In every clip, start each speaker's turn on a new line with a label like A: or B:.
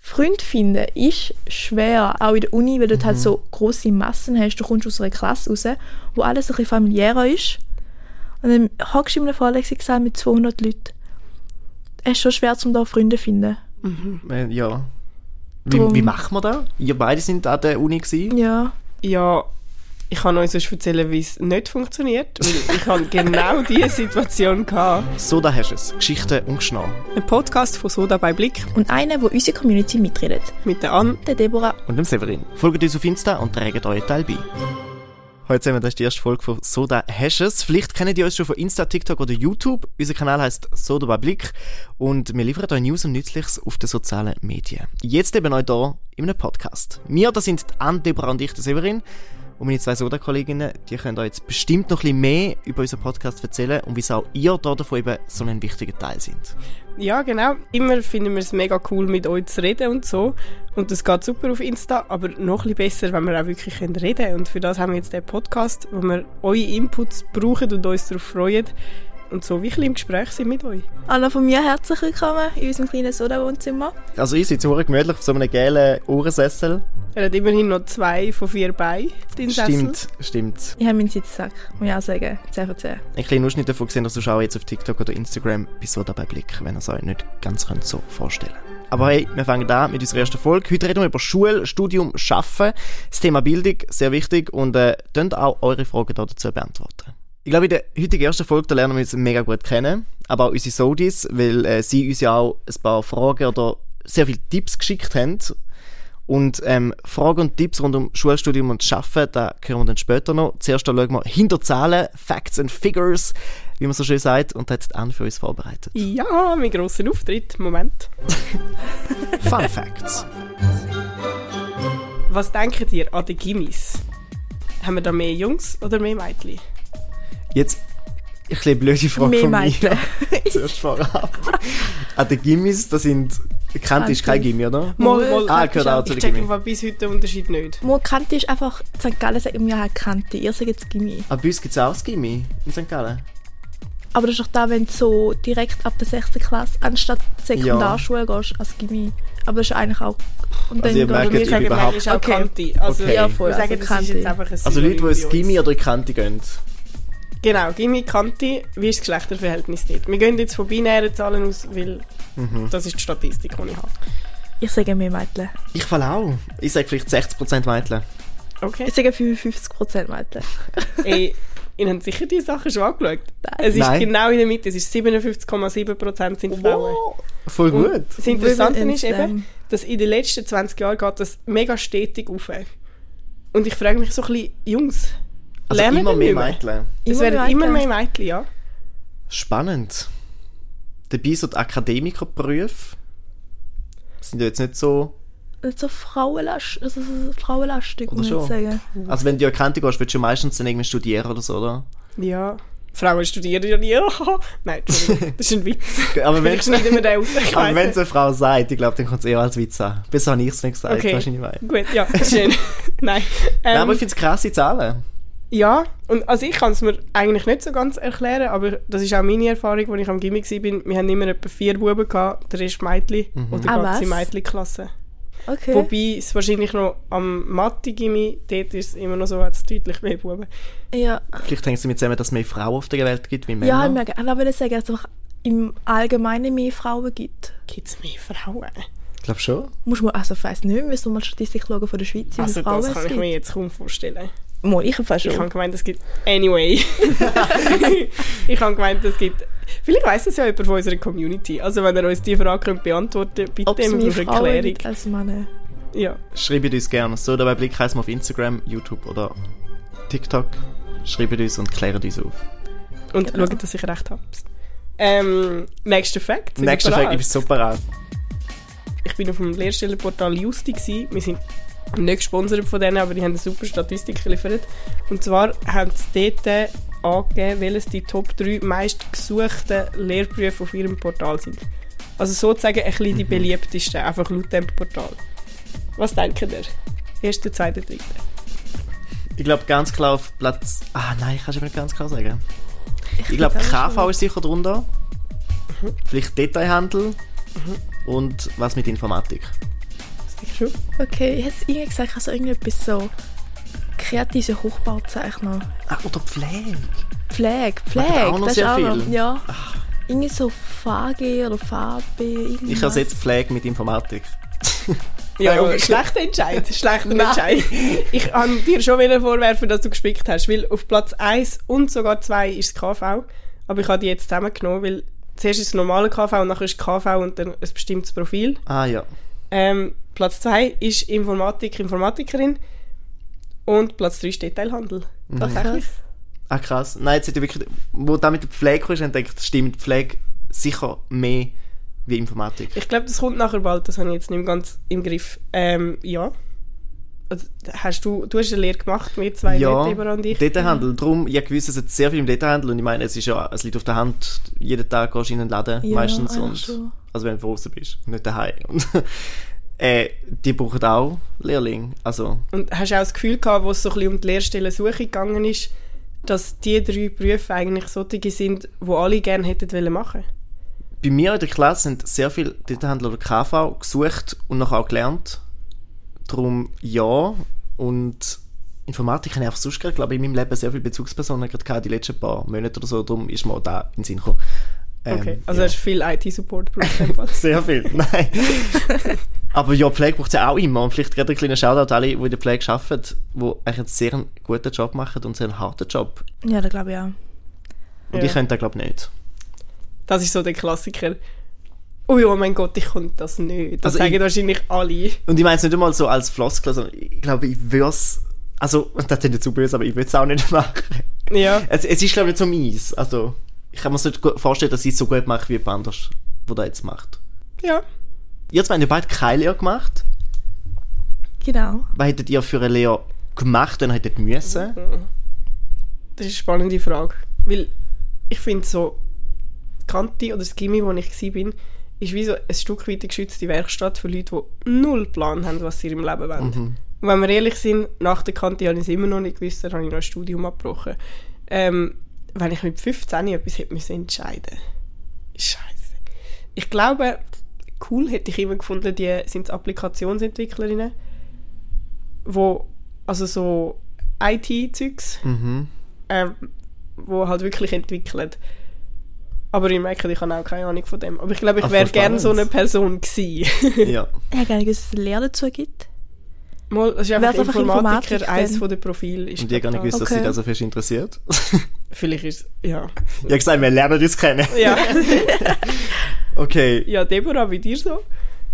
A: Freund finden ist schwer, auch in der Uni, weil du halt so große Massen hast. Du kommst aus einer Klasse raus, wo alles ein bisschen familiärer ist. Und dann hockst du in einem Vorlesungssaal mit 200 Leuten. Es ist schon schwer, um da Freunde zu finden.
B: Äh, Ja. Wie,
A: Drum.
B: wie macht man das? Ihr beide sind an der Uni gewesen.
A: Ja.
C: Ja, ich kann euch sonst erzählen, wie es nicht funktioniert. Weil ich habe genau diese Situation gehabt.
B: So, da hast du es. Geschichten und Schnau.
C: Ein Podcast von Soda bei Blick
A: Und einer, wo unsere Community mitredet.
C: mit der Anne.
A: Der Deborah.
B: und dem Severin. Folgt uns auf Insta und trägt euren Teil bei. Heute sehen wir, das ist die erste Folge von Soda Hashes. Vielleicht kennen die uns schon von Insta, TikTok oder YouTube. Unser Kanal heißt Soda bei Blick und wir liefern euch News und Nützliches auf den sozialen Medien. Jetzt eben euch hier in einem Podcast. Wir, das sind die Anne, Deborah und ich, der Severin. Und meine zwei Soda-Kolleginnen, die können euch jetzt bestimmt noch ein bisschen mehr über unseren Podcast erzählen und wieso auch ihr da davon eben so ein wichtiger Teil sind.
C: Ja, genau. Immer finden wir es mega cool, mit euch zu reden und so. Und das geht super auf Insta, aber noch ein bisschen besser, wenn wir auch wirklich können reden können. Und für das haben wir jetzt den Podcast, wo wir eure Inputs brauchen und uns darauf freuen. Und so wie ein bisschen im Gespräch sind mit euch.
A: Alle von mir herzlich willkommen in unserem kleinen Soda-Wohnzimmer.
B: Also ich sitze verdammt gemütlich auf so einem gelben Ohrensessel.
C: Er hat immerhin noch zwei von vier Beinen, den Sessel.
B: Stimmt, stimmt.
A: Ich habe meinen Sitzsack, muss ich auch sagen. 10 von 10.
B: Einen kleinen Ausschnitt davon gesehen, also schaut jetzt auf TikTok oder Instagram bei so dabei Blick, wenn ihr es euch nicht ganz könnt so vorstellen Aber hey, wir fangen an mit unserer ersten Folge. Heute reden wir über Schule, Studium, Schaffen. Das Thema Bildung, sehr wichtig und äh, könnt auch eure Fragen da dazu beantworten. Ich glaube, in der heutigen ersten Folge da lernen wir uns mega gut kennen, aber auch unsere Sodis, weil äh, sie uns ja auch ein paar Fragen oder sehr viele Tipps geschickt haben. Und ähm, Fragen und Tipps rund um Schulstudium und Schaffen, da hören wir dann später noch. Zuerst da schauen wir hinter Zahlen, Facts and Figures, wie man so schön sagt, und da hat die Anne für uns vorbereitet.
C: Ja, mein grosser Auftritt. Moment.
B: Fun Facts.
C: Was denkt ihr an den Gimmis? Haben wir da mehr Jungs oder mehr Mädchen?
B: Jetzt ein bisschen blöde Frage
A: Mehr
B: von
A: Mädchen.
B: mir. Zuerst vorab. An den Gimmis, das sind... Kante ist kein Gimmi, oder?
A: Mal, mal,
B: Ah, gehört auch zu
C: Ich
B: den
C: check
B: Gimmi.
C: einfach bis heute den Unterschied nicht.
A: Mal Kante ist einfach, St. Gallen sagt mir halt Kante, ihr sagt jetzt Gimmi.
B: Aber Ah, bei uns gibt es auch das Gimmi in St. Gallen.
A: Aber das ist doch da, wenn du so direkt ab der 6. Klasse anstatt Sekundarschule gehst, als Gimmi. Aber das ist eigentlich auch... Und
B: Also ihr
A: gehst
B: merkt,
A: du-
C: Wir
B: Geht
C: sagen
B: überhaupt-
C: manchmal auch
A: Okay.
C: Kanti. Also,
B: Okay. Ja,
A: voll,
C: Wir sagen,
A: also
C: das ist
A: Kanti.
C: jetzt einfach ein
B: Also Leute, die
C: Synonym
B: ins
C: bei
B: Gimmi
C: uns.
B: oder in die Kante gehen.
C: Genau, Gimmi, Kanti. Wie ist das Geschlechterverhältnis dort? Wir gehen jetzt von binären Zahlen aus, weil
B: Mhm.
C: das ist die Statistik, die ich habe.
A: Ich sage mehr Mädchen.
B: Ich fall auch. Ich sage vielleicht 60% Mädchen.
C: Okay.
A: Ich sage 55% Mädchen.
C: Ey, ihr habt sicher die Sachen schon angeschaut. Es ist
B: Nein.
C: genau in der Mitte. Es ist 57,7% sind Frauen.
B: Voll gut.
C: Das Interessante
A: Women in
C: ist eben,
A: STEM.
C: dass in den letzten 20 Jahren geht das mega stetig auf. Und ich frage mich so ein bisschen, Jungs,
B: Also
C: lernen
B: immer
C: die
B: mehr
C: nicht mehr?
B: Mädchen.
C: es
A: Immer
C: werden
A: mehr
C: immer mehr
A: Mädchen.
C: Mädchen, ja.
B: Spannend. Dabei so die Akademikerberufe sind ja jetzt nicht so...
A: Nicht so frauenlastig, also so frauenlastig
B: Oder
A: muss ich
B: schon?
A: jetzt sagen.
B: Also wenn du an die Kante gehst, willst du ja meistens dann irgendwie studieren oder so, oder?
C: Ja. Frauen studieren ja nie. Nein, Entschuldigung, das ist ein Witz.
B: Aber wenn
C: Vielleicht schneiden wir den raus. ich
B: aber
C: weiss
B: wenn es
C: nicht.
B: eine Frau sagt, ich glaube, dann kommt es eher als Witz an. Besser habe ich es nicht gesagt,
C: Okay. Ähm.
B: wahrscheinlich weil.
C: Gut, ja, schön. Nein. Ähm,
B: Nein, aber ich finde es krasse Zahlen.
C: Ja, und also ich kann es mir eigentlich nicht so ganz erklären, aber das ist auch meine Erfahrung, als ich am Gimmick war. Wir haben immer etwa vier Buben, gehabt, der Rest Mädchen
B: Mhm.
C: oder
A: Ah,
C: ganze
A: was?
C: Mädchenklasse.
A: Okay.
C: Wobei es wahrscheinlich noch am Mathe-Gimmi, dort ist es immer noch so, hat es deutlich mehr Buben.
A: ja.
B: Vielleicht hängt es damit zusammen, dass es mehr Frauen auf der Welt gibt wie Männer.
A: Ja, ich merke, ich wollte sagen, dass es einfach im Allgemeinen mehr Frauen gibt.
C: Gibt es mehr Frauen?
B: Ich glaube schon.
A: Muss man, also ich weiss nicht, müssen wir mal Statistik schauen von der Schweiz, wie
C: Also
A: viele Frauen
C: das kann
A: es
C: ich mir
A: gibt.
C: jetzt kaum vorstellen.
A: Mal, ich fast
C: Ich habe
A: schon.
C: gemeint, es gibt... Anyway. ich habe gemeint, es gibt... Vielleicht weiss das ja jemand von unserer Community. Also wenn ihr uns diese Frage könnt beantworten könnt,
A: Ob
C: bitte
A: es
C: mit
A: mehr
C: einer
A: Frauen
C: Erklärung.
A: gibt als Männer.
C: Ja.
B: Schreibt uns gerne. So dabei Blick heißt auf Instagram, YouTube oder TikTok. Schreibt uns und klärt uns auf.
C: Und
A: Genau.
C: schaut, dass ich recht habe. Ähm, nächster Fakt. Sind
B: Nächste
C: wir
B: Frage, ich
C: bereit?
B: bin super an.
C: ich bin auf dem Lehrstellenportal Justi gsi. Wir sind nicht gesponsert von denen, aber die haben eine super Statistik geliefert. Und zwar haben sie dort äh, angegeben, welches die Top 3 meistgesuchten Lehrberufe auf ihrem Portal sind. Also sozusagen ein bisschen die beliebtesten, einfach laut dem Portal. Was denken ihr? Erste, zweite, dritte.
B: Ich glaube ganz klar auf Platz. Ah nein, kannst du mir nicht ganz klar sagen. Ich
A: weiß
B: glaube
A: auch
B: KV ist sicher drunter. Mhm. Vielleicht Detailhandel und was mit Informatik.
C: Ich schon.
A: Okay, ich hätte es irgendwie gesagt, also irgendetwas so kreative Hochbauzeichner.
B: Ah, oder Pflege.
A: Pflege,
B: Machen
A: Pflege,
B: auch noch
A: das
B: sehr
A: ist auch noch.
B: viel.
A: Ja. Irgendwie so Farbe oder Farbe, irgendwas.
B: Ich ersetze Pflege mit Informatik.
C: Ja,
B: Ja, ja.
C: Also, schlechter Entscheid. Schlechter
A: Nein.
C: Entscheid. Ich kann dir schon wieder vorwerfen, dass du gespickt hast, weil auf Platz 1 und sogar 2 ist das KV. Aber ich habe die jetzt zusammengenommen, weil zuerst ist das normale KV und nachher ist KV und dann ein bestimmtes Profil.
B: Ah ja.
C: Ähm, Platz 2 ist Informatik, Informatikerin. Und Platz 3 ist Detailhandel. Tatsächlich.
A: Krass.
B: Ah krass. Nein, jetzt hätte ich wirklich... Wo da mit der Pflege kommst, dann denkt stimmt, Pflege sicher mehr wie Informatik.
C: Ich glaube, das kommt nachher bald, das habe ich jetzt nicht mehr ganz im Griff. Ähm, ja. Also, Hast du, du hast eine Lehre gemacht, wir zwei
B: ja,
C: nicht, Deborah und ich.
B: Detailhandel. Darum, ich habe gewusst, es hat sehr viel im Detailhandel und ich meine, es ist ja, es liegt auf der Hand, jeden Tag gehst du in einen Laden
A: Ja,
B: meistens
A: eigentlich
B: und,
A: schon.
B: also wenn du draußen bist, nicht daheim. Und, äh, die brauchen auch Lehrlinge, also
C: Und hast du auch das Gefühl gehabt, wo es so ein bisschen um die Lehrstellensuche gegangen ist, dass die drei Berufe eigentlich solche sind, die alle gerne hätten wollen machen?
B: bei mir in der Klasse sind sehr viele Detailhandel oder KV gesucht und nachher auch gelernt. Darum ja. Und Informatik habe ich einfach sonst gerade, glaube ich, in meinem Leben sehr viele Bezugspersonen gerade gehabt, die letzten paar Monate oder so. Darum ist mir auch da in den Sinn gekommen. Ähm,
C: Okay, also
B: ja.
C: hast du viel IT-Support-Berufe im Fall.
B: Sehr viel, nein. Aber ja, Pflege braucht es ja auch immer. Und vielleicht gerade ein kleiner Shoutout an alle, die in der Pflege arbeiten, die eigentlich einen sehr guten Job machen und sehr einen harten Job.
A: Ja, da glaube ich auch.
B: Und
C: Ja.
B: ich könnte da glaube ich nicht.
C: Das ist so der Klassiker. Ui, oh mein Gott, ich konnte das nicht. Das
B: Also
C: sagen
B: ich-
C: wahrscheinlich alle.
B: Und ich meine es nicht einmal so als Floskel, sondern ich glaube, ich würde es, also, und das klingt jetzt zu böse, aber ich würde es auch nicht machen.
C: Ja.
B: Es, es ist glaube ich nicht so meins. Also, ich kann mir es nicht gut vorstellen, dass ich es so gut mache wie jemand anders, der das jetzt macht.
C: Ja.
B: Ihr zwei habt ja beide keine Lehre gemacht.
A: Genau.
B: Was hättet ihr für eine Lehre gemacht und hättet müssen?
C: Das ist eine spannende Frage. Weil ich finde so, die Kante oder das Gimmi, wo ich war, ist wie so ein Stück weit eine geschützte Werkstatt für Leute, die null Plan haben, was sie im Leben wollen.
B: Mhm.
C: Und wenn wir ehrlich sind, nach der Kante habe ich es immer noch nicht gewusst, dann habe ich noch ein Studium abgebrochen. Ähm, wenn ich mit 15 etwas hätte müssen entscheiden Scheiße. Ich glaube, cool hätte ich immer gefunden, die sind Applikationsentwicklerinnen, wo also so IT-Zeugs
B: Mhm.
C: ähm, wo halt wirklich entwickelt. Aber ich merke, ich habe auch keine Ahnung von dem. Aber ich glaube, ich
B: Ach,
C: wäre
B: voll spannend.
C: gerne so eine Person gewesen.
B: Ja.
A: Ich habe gerne gewusst, dass es eine Lehre dazu gibt.
C: Mal, das ist einfach
A: Wär's einfach
C: Informatiker,
A: Informatik
C: eins
A: dann?
C: von den Profilen. ist
B: Und ihr gar nicht
C: da.
B: gewusst, dass
A: Okay.
B: sie da so fest interessiert.
C: Vielleicht ist ja.
B: Ich habe gesagt, wir lernen uns kennen.
C: ja.
B: Okay.
C: Ja, Deborah, bei dir so?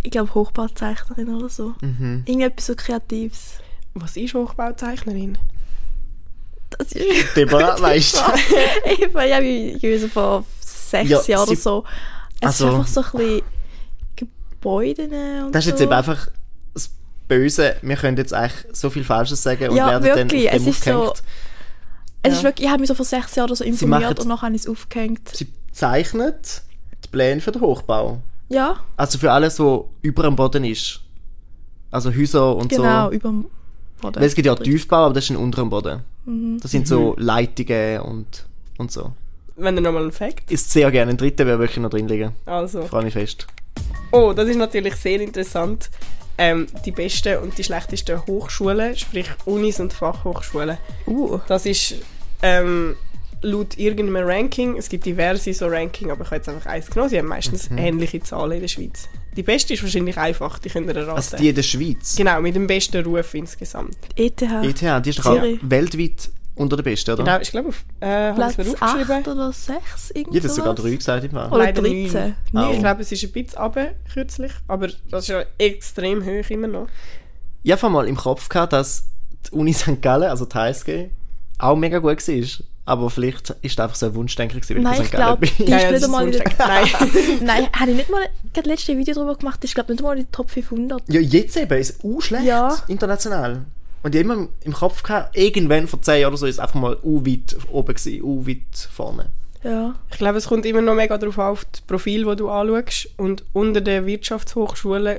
A: Ich glaube, Hochbauzeichnerin oder so.
B: Mhm.
A: Irgendetwas so Kreatives.
C: Was ist Hochbauzeichnerin?
A: Das ist
B: Deborah, weißt du?
A: Ich war ja wie ich weiß, vor sechs
B: Ja,
A: Jahren oder
B: sie-
A: so. Es
B: Also-
A: ist einfach so ein bisschen Gebäude und
B: Das ist
A: so.
B: jetzt eben einfach das Böse. Wir können jetzt eigentlich so viel Falsches sagen und
A: Ja,
B: werden
A: wirklich,
B: dann auf dem
A: es ist so-
B: aufgehängt.
A: Es
C: Ja.
A: ist wirklich, ich habe mich so vor sechs Jahren oder so
B: machen-
A: informiert und nachher habe ich es aufgehängt.
B: Sie zeichnet die Pläne für den Hochbau.
A: Ja,
B: Also für alles, was über dem Boden ist. Also Häuser und
A: genau,
B: so.
A: über dem Boden.
B: Weil es gibt ja auch Tiefbau, aber das ist ein unteren Boden.
A: Mhm.
B: Das sind so Leitungen und, und so.
C: Wenn ihr nochmal einen Fact.
B: Ist sehr gerne. Ein dritter wäre wirklich noch drin liegen.
C: Also.
B: Freue mich fest.
C: Oh, das ist natürlich sehr interessant. Ähm, die besten und die schlechtesten Hochschulen, sprich Unis und Fachhochschulen.
A: Uh,
C: Das ist ähm, laut irgendeinem Ranking, es gibt diverse so Ranking, aber ich habe jetzt einfach eins genommen. Sie haben meistens
B: Mhm.
C: ähnliche Zahlen in der Schweiz. Die beste ist wahrscheinlich einfach, die könnt ihr erraten.
B: Also die in der Schweiz.
C: genau, mit dem besten Ruf insgesamt.
A: die ETH.
B: ETH, die ist doch auch
A: Genau. Zürich.
B: weltweit unter den Besten, oder?
C: Genau, ich glaube, auf, äh, habe ich
A: Platz
C: es mir
A: 8
C: aufgeschrieben.
A: oder 6, irgendwie
B: Jeder hat sogar
A: sowas.
B: drei gesagt im Fall.
A: Oder
C: Leider
A: 13.
B: neun. Au.
C: Ich glaube, es ist ein bisschen runter, kürzlich, aber das ist ja extrem hoch immer noch.
B: Ich habe mal im Kopf gehabt, dass die Uni St. Gallen, also die HSG, auch mega gut war. Aber vielleicht ist das einfach so ein Wunschdenker gewesen, weil
A: Nein,
B: ich
A: ich
B: St. Gallen
A: glaube,
B: bin.
A: die
C: Ja,
A: ist
C: ja,
A: nicht
C: das ist
A: einmal in
C: Wunsch-
A: der...
C: Nein.
A: Nein, habe ich nicht mal das letzte Video darüber gemacht. Ich glaube nicht mal in die Top 500.
B: Ja, jetzt eben, ist u schlecht
A: Ja.
B: international. Und ich habe immer im Kopf gehabt, irgendwann vor 10 Jahren oder so ist es einfach mal u weit oben gewesen, u weit vorne.
A: Ja.
C: Ich glaube, es kommt immer noch mega darauf an, auf das Profil, das du anschaust. Und unter den Wirtschaftshochschulen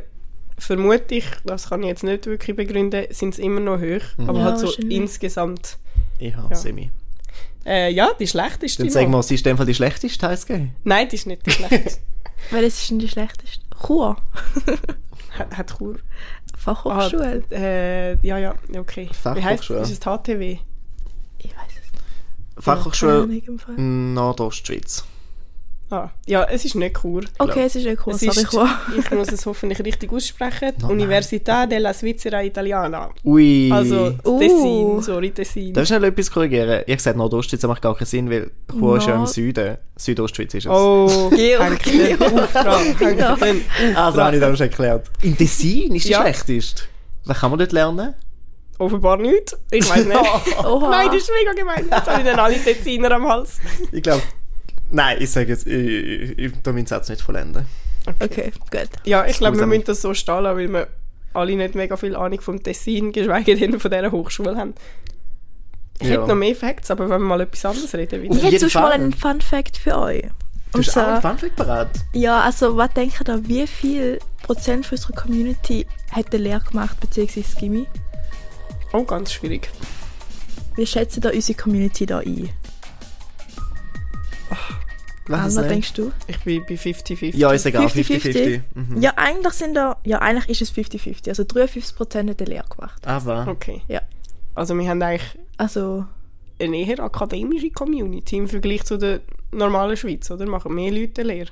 C: vermute ich, das kann ich jetzt nicht wirklich begründen, sind es immer noch hoch.
B: Mhm.
C: Aber
A: Ja,
C: halt so
A: wahrscheinlich.
C: insgesamt.
B: Ich habe
C: Ja.
B: Semi.
C: Äh, ja, die schlechteste.
B: Dann
C: noch.
B: sagen wir, sie ist in dem Fall die schlechteste HSG.
C: Nein, die ist nicht die schlechteste.
A: Weil es ist nicht die schlechteste. Chur.
C: hat, hat Chur.
A: Fachhochschule?
C: Ah, äh, ja, ja, okay. Wie heisst
B: Fachhochschule.
C: Ist es HTW?
A: Ich weiß es nicht. Keine
B: Fachhochschule
A: Ahnung im Fall.
B: Nordostschweiz.
C: Ah, ja, es ist nicht Chur.
A: Okay, es ist ein Kurs,
C: Es ist-
A: aber ich war.
C: Ich muss es hoffentlich richtig aussprechen.
B: No, nein.
C: Università della Svizzera Italiana.
B: Ui.
C: Also
A: Uh.
C: Tessin, sorry, Tessin.
B: Darf ich schnell etwas korrigieren? Ich gesagt Nordostschweiz, das macht gar keinen Sinn, weil Chur ist ja im
A: Nord-
B: Süden. Südostschweiz ist es.
C: Oh,
A: Georg,
C: hängt den
A: Georg.
C: Auftrag, hängt
A: Ja.
C: den
B: Also habe ich das schon erklärt. Im Tessin ist die
C: uh, Ja.
B: schlechteste. Was kann man dort lernen?
C: Offenbar nicht. Ich weiß nicht.
A: Oha.
C: Nein, das ist mega gemein. Jetzt habe ich dann alle Tessiner am Hals.
B: Ich glaube... Nein, ich sage jetzt, ich, ich, ich tu meinen Satz nicht vollenden.
A: Okay, gut.
C: Ja, ich glaube, wir
B: Ausnahme.
C: müssen das so stehen lassen, weil wir alle nicht mega viel Ahnung vom Tessin, geschweige denn von dieser Hochschule haben. Ich
B: Ja.
C: hätte noch mehr Facts, aber wenn wir mal etwas anderes reden,
A: Ich
B: Auf
C: wieder.
A: hätte
B: jeden
A: sonst mal
B: Fall.
A: einen Fun Fact für euch.
B: Du
A: Und
B: hast auch
C: äh,
B: einen
A: zwar-
B: Funfact parat.
A: Ja, also was denkt ihr, wie viel Prozent von unserer Community hat eine Lehre gemacht, beziehungsweise das Gimmi?
C: Oh, ganz schwierig.
A: Wie schätzen da unsere Community da ein?
B: es
C: also,
A: Anna,
B: nicht.
A: Also, denkst du?
C: Ich bin bei 50-50.
B: Ja, ist Also, egal,
A: 50-50?
B: 50-50. Mhm.
A: Ja, eigentlich sind da, ja, eigentlich ist es 50-50. Also 53% hat eine Lehre gemacht.
B: Aber...
C: Okay.
A: Ja.
C: Also wir haben eigentlich
A: Also,
C: eine eher akademische Community im Vergleich zu der normalen Schweiz, oder? Machen mehr Leute eine Lehre.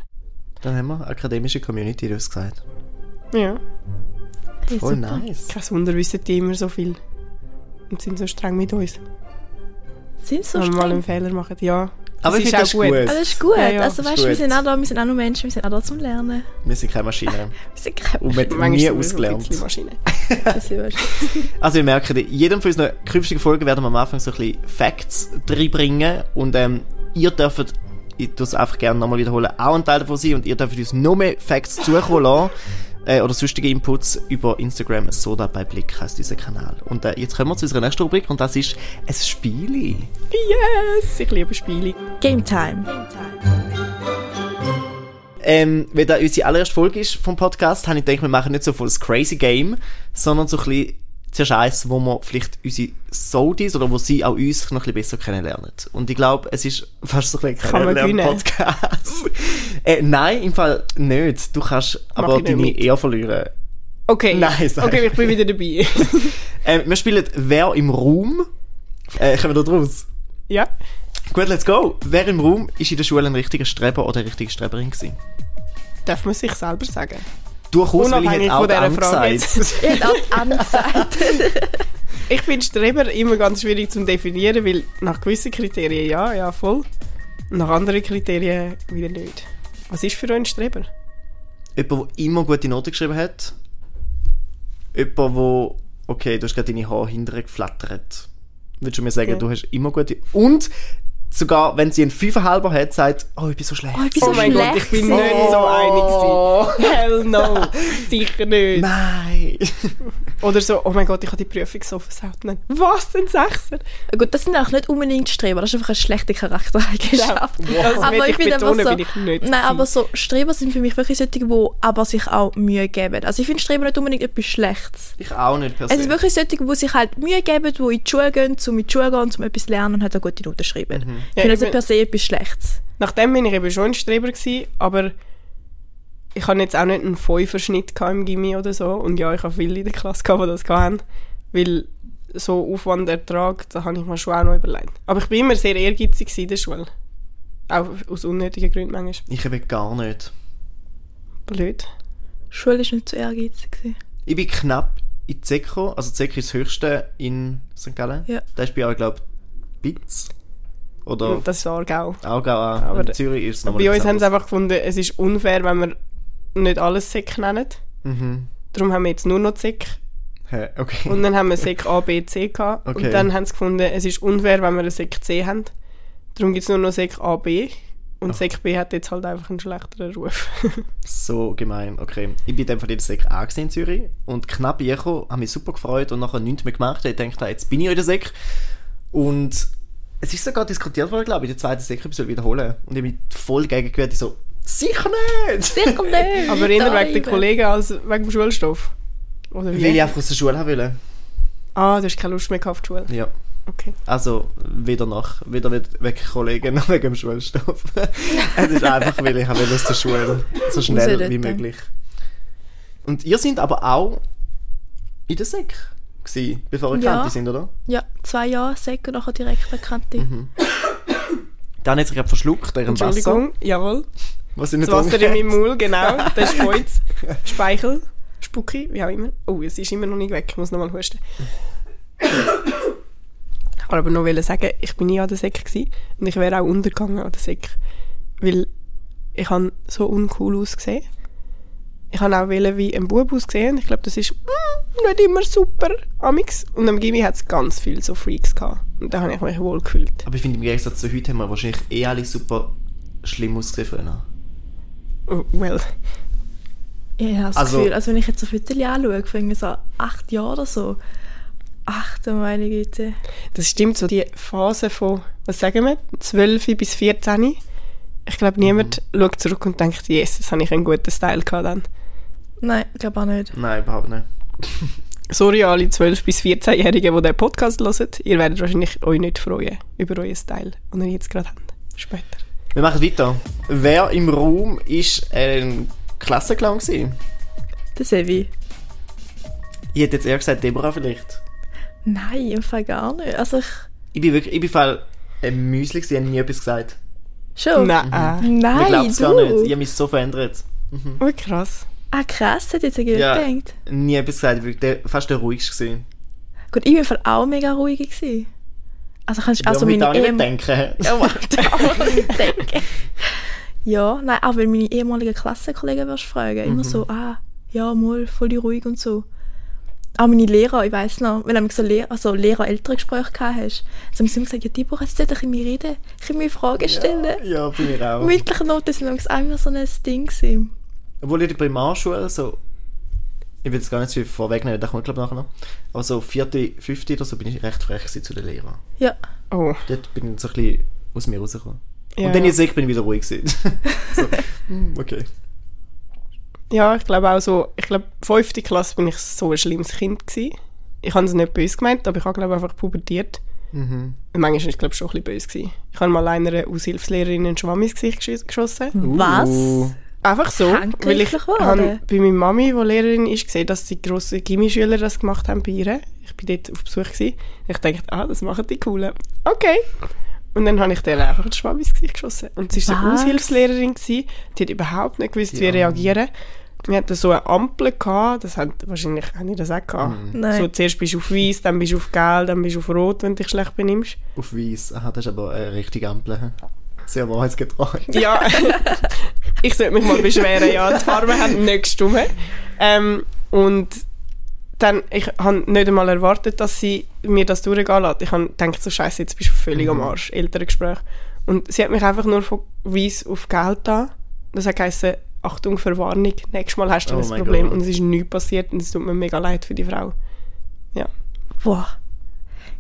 B: Dann haben wir akademische Community, du hast gesagt.
C: Ja.
A: hey,
B: Voll
A: super.
B: nice.
C: Kein Wunder, wissen die immer so viel. Und sind so streng mit uns.
A: Sind so
C: wenn wir mal
A: streng.
C: einen Fehler machen, ja.
B: Aber
C: Das
B: ich
C: ist
B: finde das
C: auch gut.
B: gut.
A: Aber das ist gut.
C: Ja, ja.
A: Also
B: Ist
A: weißt du, wir
B: gut.
A: sind auch da, wir sind auch nur Menschen, wir sind auch da zum Lernen.
B: Wir sind keine Maschine.
A: Wir sind keine
B: Und wir haben
C: Manchmal
B: nie
C: sind wir so ein
B: ausgelernt.
C: bisschen Maschine.
A: Menschen.
B: Also wir merken, in jedem von unseren künftigen Folgen werden wir am Anfang so ein bisschen Facts reinbringen und ähm, ihr dürft, ich tue es einfach gerne nochmal wiederholen, auch ein Teil davon sein und ihr dürft uns noch mehr Facts zukommen lassen äh, oder sonstige Inputs über Instagram, so dabei Blick heisst unser Kanal. Und äh, jetzt kommen wir zu unserer nächsten Rubrik und das ist ein Spiel.
C: Yes, ich liebe Spiele.
A: Game Time.
B: Ähm, weil das unsere allererste Folge ist vom Podcast, habe ich gedacht, wir machen nicht so voll das Crazy Game, sondern so ein bisschen Zerscheiß, wo wir vielleicht unsere Soudis oder wo sie auch uns noch ein bisschen besser kennenlernen. Und ich glaube, es ist fast so ein bisschen
C: Kann man
B: Kennenlern-Podcast. äh, nein, im Fall nicht. Du kannst aber
C: ich
B: deine
C: nicht.
B: eher verlieren.
C: Okay.
B: Nein, sag
C: okay, ich bin wieder dabei.
B: Ähm, wir spielen Wer im Raum. Äh, kommen wir da draus?
C: ja.
B: Gut, let's go. Wer im Raum ist in der Schule ein richtiger Streber oder eine richtige Streberin gewesen?
C: Darf man sich selber sagen?
B: Durchaus, weil ich
C: Unabhängig
B: hätte auch
C: von dieser
B: dann
C: Frage
B: gesagt.
C: jetzt.
A: Ich habe auch angesagt.
C: Ich finde Streber immer ganz schwierig zu definieren, weil nach gewissen Kriterien ja, ja, voll. Nach anderen Kriterien wieder nicht. Was ist für euch ein Streber?
B: Jemand, der immer gute Noten geschrieben hat. Jemand, der. Okay, du hast gerade deine Haare hinterher geflattert. Würdest du mir sagen,
C: Ja.
B: du hast immer gute. Und sogar, wenn sie einen 5,5er hat, sagt, oh, ich bin so schlecht.
A: Oh, ich bin so
C: oh mein
A: schlecht. Oh.
C: Gott, ich bin
A: gewesen.
C: nicht so einig gewesen. Hell no, sicher nicht.
B: Nein!
C: Oder so, oh mein Gott, ich habe die Prüfung so versaut. Nein. Was, ein Sechser?
A: Gut, das sind auch nicht unbedingt Streber, das ist einfach eine schlechte Charaktereigenschaft.
C: Das will ich
A: bin einfach
C: betonen, Genau. bin ich nicht
A: Nein, aber
C: gewesen.
A: so Streber sind für mich wirklich solche, die aber sich auch Mühe geben. Also ich finde Streber nicht unbedingt etwas Schlechtes.
B: Ich auch nicht
A: Es sind
B: persönlich.
A: wirklich solche, die sich halt Mühe geben, die in die Schule gehen, um in die Schule gehen, um etwas zu lernen und halt auch gute Noten schreiben. Ich
B: Mhm.
C: Mhm.
A: finde
C: Ja, ich
A: das
C: bin-
A: nicht per se etwas Schlechtes.
C: Nachdem bin ich eben schon ein Streber gewesen, aber ich hatte jetzt auch nicht einen Fünferschnitt gehabt im Gimmi oder so. Und ja, ich habe viele in der Klasse, gehabt, die das hatten. Weil so Aufwandertrag, da habe ich mir schon auch noch überlegt. Aber ich bin immer sehr ehrgeizig gewesen in der Schule. Auch aus unnötigen Gründen manchmal.
B: Ich eben gar nicht.
C: Blöd.
A: Schule war nicht so ehrgeizig. gewesen.
B: Ich bin knapp in Zeko, also Zeko ist das höchste in St. Gallen.
A: Ja.
B: Da ist bei euch, glaube ich, Bitz. Oder
C: Und das ist Aargau.
B: Aargau an.
C: Aber
B: in Zürich ist es nochmal
C: Bei
B: etwas
C: uns haben sie
B: anderes.
C: einfach gefunden, es ist unfair, wenn wir nicht alles Sek nennen.
B: Mhm.
C: Darum haben wir jetzt nur noch Sek.
B: Hä, Okay.
C: Und dann haben wir Sek A, B, C gehabt.
B: Okay.
C: Und dann haben sie gefunden, es ist unfair, wenn wir einen Sek C haben. Darum gibt es nur noch Sek A, B. Und Sek B hat jetzt halt einfach einen schlechteren Ruf.
B: So gemein, okay. Ich bin in dem Fall in der Sek A gewesen in Zürich und knapp hergekommen, habe mich super gefreut und nachher nichts mehr gemacht. Ich dachte, ah, jetzt bin ich in der Sek. Und es ist sogar diskutiert worden, glaube ich, in der zweiten Sek, ich soll wiederholen. Und ich bin voll gegen gewählt, ich so, sicher nicht!
A: Sicher nicht!
C: Aber eher
A: Da
C: wegen den
A: eben.
C: Kollegen als wegen dem Schulstoff. Oder
B: Weil
C: wie?
B: ich einfach aus der Schule haben wollte.
C: Ah, du hast keine Lust mehr gehabt auf die Schule.
B: Ja.
C: Okay.
B: Also, weder nach, weder we- wegen Kollegen noch wegen dem Schulstoff. es ist einfach, weil ich will aus der Schule so
A: Raus
B: schnell
A: dort.
B: wie möglich. Und ihr seid aber auch in der Sek gsi, bevor wir
A: Ja.
B: Kante sind, oder?
A: Ja, zwei Jahre Säcke, nachher direkt erkannte.
B: Dann hat sich gerade verschluckt, deren Wasser.
C: Entschuldigung, jawohl.
B: Was in
C: Das
B: der
C: Wasser in
B: Dunkelheit-
C: meinem Maul, genau. Das ist Kreuz. Speichel, Spucki, wie auch immer. Oh, es ist immer noch nicht weg. Ich muss nochmal husten. Ich wollte aber noch wollte sagen, ich bin nie an der Säck gewesen und ich wäre auch untergegangen an der Säck. Weil ich habe so uncool ausgesehen. Ich habe auch wollte wie ein Bub ausgesehen und ich glaube, das ist mm, nicht immer super, Amix. Und am Gimmi hat es ganz viele so Freaks gehabt. Und da habe ich mich wohl gefühlt.
B: Aber ich finde, im Gegensatz zu heute haben wir wahrscheinlich eh alle super schlimm ausgesehen früher.
C: Oh, well.
A: Ich habe das
B: Also-
A: Gefühl, also wenn ich jetzt so Fotos anschaue, finde ich so acht Jahre oder so. Ach du meine Güte.
C: Das stimmt, so die Phase von, was sagen wir, 12 bis 14. Ich glaube, niemand schaut zurück und denkt, yes, das habe ich einen guten Style gehabt dann.
A: Nein, ich glaube auch nicht.
B: Nein, überhaupt nicht.
C: Sorry an alle 12 bis 14-Jährigen, die den Podcast hören. Ihr werdet wahrscheinlich euch nicht freuen über euren Style, den ihr jetzt gerade habt. Später.
B: Wir machen weiter. Wer im Raum ist ein Klassenclown gewesen?
A: Das Sevi.
B: Ich hätte jetzt eher gesagt, Deborah vielleicht.
A: Nein, im Fall gar nicht. Also ich...
B: Ich bin wirklich, ich bin voll ein Müsli, gewesen, ich habe nie etwas gesagt.
A: Schon?
C: Nein.
B: Man
A: Nein,
B: glaubt es
A: du.
B: gar nicht. Ich habe mich so verändert.
C: Oh, krass.
A: Ah krass, das hätte jetzt irgendwie
B: Ja.
A: gedacht.
B: Nie etwas gesagt, wirklich der, fast der ruhigste gewesen.
A: Gut, ich war im Fall auch mega ruhig. Gewesen. Also kannst du also
B: ja,
A: meine
B: auch nicht
A: Ehem-
B: denken.
A: Ja, warte, auch nicht denken. Oh, Ja, nein, auch wenn meine ehemaligen Klassenkollegen würdest fragen, immer
B: Mhm.
A: so, ah, ja, mal, voll die ruhig und so. Auch meine Lehrer, ich weiss noch, wenn du so Lehrer, also Lehrer ältere Gespräche gehabt hast, so haben sie immer gesagt, ja, Tibor, jetzt sollte ich mit mir reden, ich mir Fragen stellen.
B: ja, bin ich auch.
A: Mündliche Noten sind nämlich auch immer so ein Ding gewesen.
B: Obwohl in der Primarschule so... Ich will jetzt gar nicht so viel vorwegnehmen, das kommt glaube ich nachher noch. Aber so vierte, fünfte oder so bin ich recht frech gewesen zu den Lehrern.
A: Ja,
C: Oh.
B: Dort bin ich so ein bisschen aus mir rausgekommen.
C: Ja.
B: Und dann jetzt ich bin ich wieder ruhig gewesen. so, hm, okay.
C: Ja, ich glaube auch so, ich glaube, fünfte Klasse bin ich so ein schlimmes Kind gewesen. Ich habe es nicht böse gemeint, aber ich habe, glaube ich, einfach pubertiert.
B: Mhm.
C: Und manchmal war ich, glaube ich, schon ein bisschen böse. Gewesen. Ich habe mal einer Aushilfslehrerin einen Schwamm ins Gesicht geschiss- geschossen.
A: was?
B: Uh.
C: Einfach so,
A: Handgreiflich
C: weil ich
A: geworden?
C: habe bei meiner Mami, die Lehrerin ist, gesehen, dass die grossen Gimmischüler das gemacht haben bei ihr. Ich bin dort auf Besuch gewesen. Ich dachte, ah, das machen die Coolen. Okay. Und dann habe ich der einfach einen Schwamm ins Gesicht geschossen. Und sie war so eine
A: Was?
C: Aushilfslehrerin, gewesen. die hat überhaupt nicht gewusst, wie
B: Ja.
C: reagieren. Wir hatten so eine Ampel, gehabt. das hat, wahrscheinlich haben die das auch gehabt.
A: Nein.
C: So, zuerst bist du auf weiß, dann bist du auf gelb, dann bist du auf rot, wenn du dich schlecht benimmst.
B: Auf Weiss. Aha, das ist aber eine richtige Ampel. hä? Sehr wahrheitsgetreu.
C: Ja, ich sollte mich mal beschweren, ja, die Farben haben nicht gestimmt. Ähm, und dann, ich habe nicht einmal erwartet, dass sie mir das durchgehen lässt. Ich habe gedacht, so scheiße, jetzt bist du völlig
B: Mhm.
C: am Arsch, Elterngespräch. Und sie hat mich einfach nur von weiß auf Geld da. Das hat geheißen, Achtung, Verwarnung, nächstes Mal hast du
B: Oh
C: ein
B: mein
C: Problem.
B: Gott.
C: Und es ist nichts passiert und es tut mir mega leid für die Frau.
A: boah.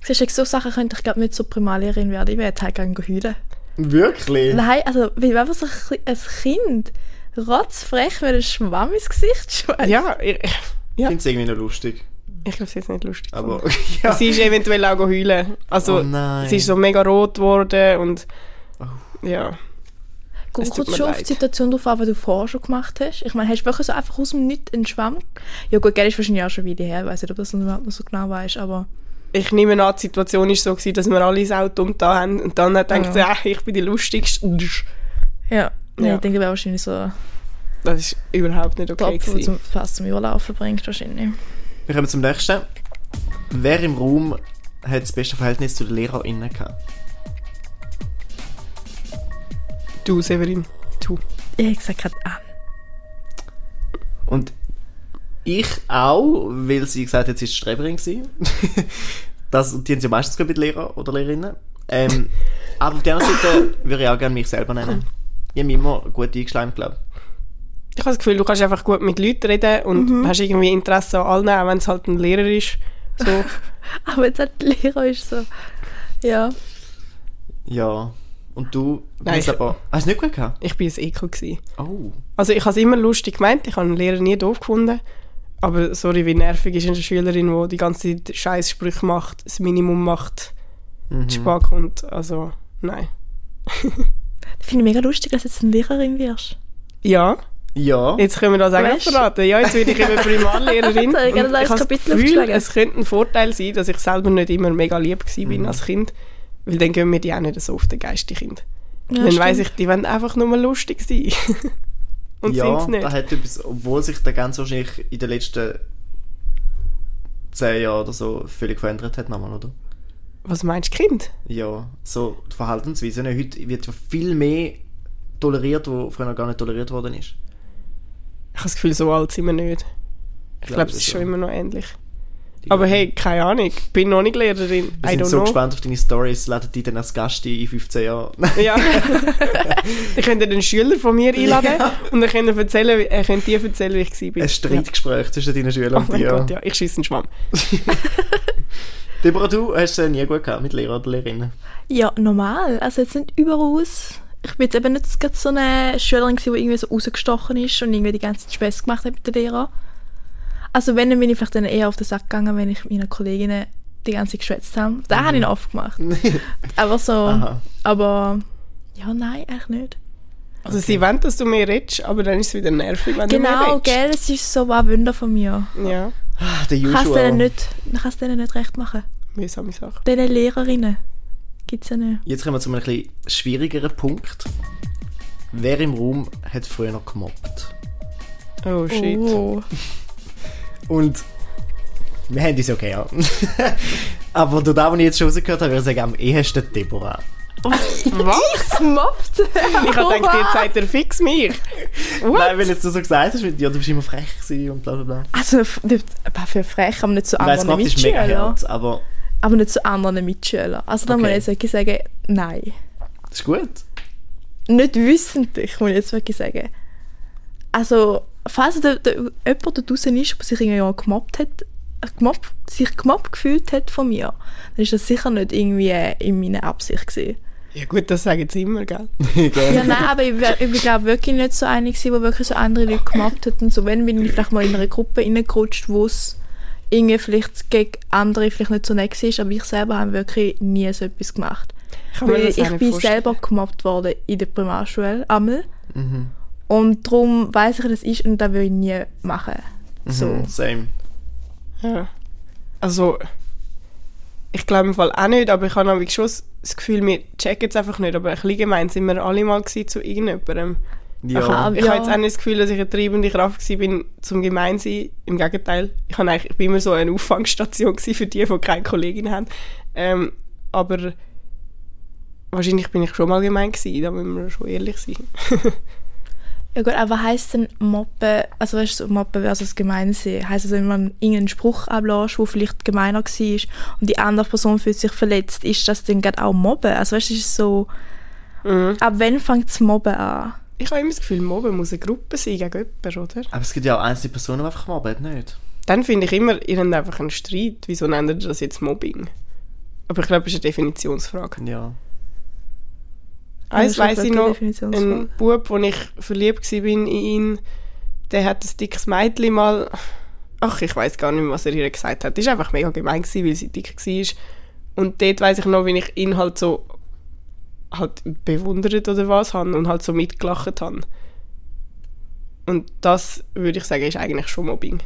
A: Siehst du, so Sachen könnte ich, glaube nicht so Primarlehrerin werden, ich wäre halt gerne gehütet.
B: Wirklich?
A: Nein, also wie wenn man so ein Ki- ein Kind rotzfrech mit einem Schwamm ins Gesicht
B: Äh.
A: schmeißt.
C: Ja, ich, ich,
B: Ich
C: ja.
B: finde es irgendwie noch lustig.
C: ich glaube, sie ist nicht lustig.
B: Aber
C: gefunden.
B: ja.
C: Sie ist eventuell auch heulen. Also,
B: oh nein.
C: Es ist so mega rot geworden und ja.
A: Gut,
C: es tut
A: kommt
C: mir
A: schon auf
C: leid.
A: die Situation drauf an, was du vorher schon gemacht hast. Ich meine, hast du wirklich so einfach aus dem Nichts einen Schwamm? Ja gut, gell, ist wahrscheinlich auch schon wieder her. Ich weiß nicht, ob das überhaupt noch so genau weißt, aber
C: Ich nehme an, die Situation war so, gewesen, dass wir alle das Auto da haben und dann hat er gedacht,
A: Ja.
C: ah, ich bin die Lustigste.
A: ja. Nein,
C: Ja.
A: ich denke, wäre wahrscheinlich so ein
C: Das ist überhaupt nicht okay.
A: Topf, der zum,
C: gewesen.
A: fast zum Überlaufen bringt, wahrscheinlich.
B: Wir kommen zum nächsten. Wer im Raum hat das beste Verhältnis zu den LehrerInnen gehabt?
C: Du, Severin. Du.
A: Ich hätte gesagt, gerade an.
B: Und ich auch, weil sie gesagt hat, sie ist Streberin gewesen. das, die haben sie ja meistens gerade mit Lehrer oder Lehrerinnen. Ähm, aber auf der anderen Seite würde ich auch gerne mich selber nennen. Ich habe mich immer gut eingeschleimt, glaube
C: Ich habe das Gefühl, du kannst einfach gut mit Leuten reden und hast irgendwie Interesse an allen, auch wenn es halt ein Lehrer ist. So.
A: Aber jetzt hat die Lehrer ist so... Ja.
B: ich. Ja. Und du
C: Nein,
B: bist
C: ich-
B: aber... Hast du es nicht gut gehabt?
C: ich bin ein Ekel. Gewesen.
B: Oh.
C: Also ich habe es immer lustig gemeint, ich habe einen Lehrer nie doof gefunden. Aber sorry, wie nervig ist eine Schülerin, die die ganze Zeit Scheißsprüche macht, das Minimum macht, mhm. Spaß kommt. Also, nein.
A: Finde ich mega lustig, dass du jetzt eine Lehrerin wirst.
C: Ja,
B: Ja.
C: Jetzt können wir das eigentlich
A: Weißt-
C: verraten. Ja, jetzt werde ich eben Primarlehrerin.
A: Da habe ich
C: und
A: gerade ein neues
C: habe das
A: Kapitel
C: Gefühl,
A: aufgeschlagen.
C: es könnte ein Vorteil sein, dass ich selber nicht immer mega lieb gewesen
B: Mhm.
C: bin als Kind. Weil dann gehen mir die auch nicht so auf den Geist, die Kinder.
A: Ja,
C: dann
A: stimmt.
C: weiss ich, die wollen einfach nur lustig sein. und
B: ja,
C: sind's nicht.
B: da hat etwas, obwohl sich der ganz wahrscheinlich in den letzten zehn Jahren oder so völlig verändert hat, nochmal, oder?
C: Was meinst du, Kind?
B: Ja, so die Verhaltensweise. ne? Heute wird ja viel mehr toleriert, wo früher gar nicht toleriert worden ist.
C: Ich habe das Gefühl, so alt sind wir nicht. Ich
B: glaube,
C: glaube, es
B: das
C: ist
B: ist
C: schon
B: so.
C: immer noch ähnlich.
B: Die-
C: Aber hey, keine Ahnung, ich bin noch nicht Lehrerin.
B: wir
C: I
B: sind
C: don't
B: so
C: know.
B: gespannt auf deine Stories. Ladet die dann als Gast ein in 15 Jahren?
C: Ja. dann könnt ihr den Schüler von mir einladen und dann könnt ihr, erzählen, wie- äh, könnt ihr erzählen, wie ich war.
B: Ein Streitgespräch zwischen deinen
C: Ja.
B: Schülern
C: Oh
B: und
C: mein
B: dir.
C: Gott, ja, ich schieße einen Schwamm.
B: Deborah, du hast es nie gut gehabt mit Lehrer oder Lehrerinnen.
A: Ja, normal. Also jetzt nicht überaus. Ich bin jetzt eben nicht gerade so eine Schülerin, gewesen, die irgendwie so rausgestochen ist und irgendwie die ganze Zeit Spass gemacht hat mit den Lehrern. Also wenn, dann bin ich vielleicht dann eher auf den Sack gegangen, wenn ich mit meinen Kolleginnen die ganze Zeit geschwätzt habe. Da
C: Mhm.
A: habe ich noch oft gemacht. Aber so,
B: Aha.
A: aber ja, nein, eigentlich nicht.
C: Also sie wollen, dass du mehr redest, aber dann ist es wieder nervig, wenn du mehr
A: genau,
C: redest.
A: gell, es ist so ein Wunder von mir.
C: Ja,
B: Ah, der
A: Ich kann es
B: Usual.
A: denen nicht, ich kann es denen nicht recht machen.
C: mühsame Sache.
A: Diesen Lehrerinnen gibt es ja nicht.
B: Jetzt kommen wir zu einem etwas schwierigeren Punkt. Wer im Raum hat früher gemobbt?
C: Oh shit.
A: Oh.
B: Und wir haben uns ja gern. Aber durch das, was ich jetzt schon rausgehört habe, würde ich sagen, am ehesten Deborah.
C: Was?
A: Gemobbt?
C: Ich habe gedacht, jetzt sagt er fix mich. What?
B: Nein, weil jetzt du so gesagt hast, mit, ja, du bist immer frech gewesen und bla bla bla.
A: Also, f- nicht- aber für frech, aber nicht zu
B: Ich weiss,
A: anderen
B: gemobbt ist mega
A: Mitschülern.
B: hart, aber
A: Aber nicht zu anderen Mitschülern. Also, da muss ich
B: Okay.
A: jetzt wirklich sagen, nein.
B: das ist gut.
A: Nicht wissentlich, muss ich jetzt wirklich sagen. Also, falls da, da, jemand da draußen ist, der sich irgendwie gemobbt hat, äh, gemobbt, sich gemobbt gefühlt hat von mir, dann ist das sicher nicht irgendwie äh, in meiner Absicht gewesen.
C: Ja gut, das sagen sie immer, gell?
A: Ja, nein, aber ich, wär- ich glaube wirklich nicht so einig gewesen, wo wirklich so andere Leute gemobbt hat und so. Wenn, bin ich vielleicht mal in einer Gruppe reingerutscht, wo es irgendwie vielleicht gegen andere vielleicht nicht so nett war, aber ich selber habe wirklich nie so etwas gemacht.
C: Ich kann mir
A: Weil
C: das
A: ich
C: auch
A: bin
C: nicht vorstellen.
A: selber gemobbt worden in der Primarschule, einmal.
B: Mhm.
A: Und darum weiss ich, dass ich und das will ich nie machen.
C: Mhm.
A: So.
B: Mhm, Same.
C: Ja. Also, ich glaube im Fall auch nicht, aber ich habe nämlich schon das das Gefühl, wir checken es einfach nicht. Aber ein bisschen gemein sind wir alle mal gewesen zu irgendjemandem. Ich,
B: Ja.
A: Aha.
C: ich habe
A: Ja.
C: jetzt auch nicht das Gefühl, dass ich eine treibende Kraft war bin zum gemein sein. Im Gegenteil. Ich, habe eigentlich, ich bin immer so eine Auffangstation gewesen für die, die keine Kollegin haben. Ähm, aber wahrscheinlich bin ich schon mal gemein gewesen, da müssen wir schon ehrlich sein.
A: Ja gut, aber was heisst denn Moppen, also weißt du, so Moppen versus Gemeinsinn? Heisst das, wenn man irgendeinen Spruch ablässt, der vielleicht gemeiner war und die andere Person fühlt sich verletzt, ist das dann gerade auch Mobben? Also weißt du, es ist so, ab wann fängt das Mobben an?
C: Ich habe immer das Gefühl, Mobben muss eine Gruppe sein gegen jemanden, oder?
B: Aber es gibt ja auch einzelne Personen, die einfach gemobbt nicht?
C: Dann finde ich immer, ihr habt einfach einen Streit. Wieso nennt ihr das jetzt Mobbing? Aber ich glaube, das ist eine Definitionsfrage.
B: Ja.
C: Eins
A: das ist
C: weiss ich
A: wirklich
C: noch,
A: eine Definitionsfrage.
C: ein Bub, wo ich verliebt war in ihn, der hat ein dickes Mädchen mal... Ach, ich weiß gar nicht mehr, was er ihr gesagt hat. Das war einfach mega gemein, gewesen, weil sie dick war. Und dort weiss ich noch, wie ich ihn halt so halt bewundert oder was habe und halt so mitgelacht habe. Und das, würde ich sagen, ist eigentlich schon Mobbing.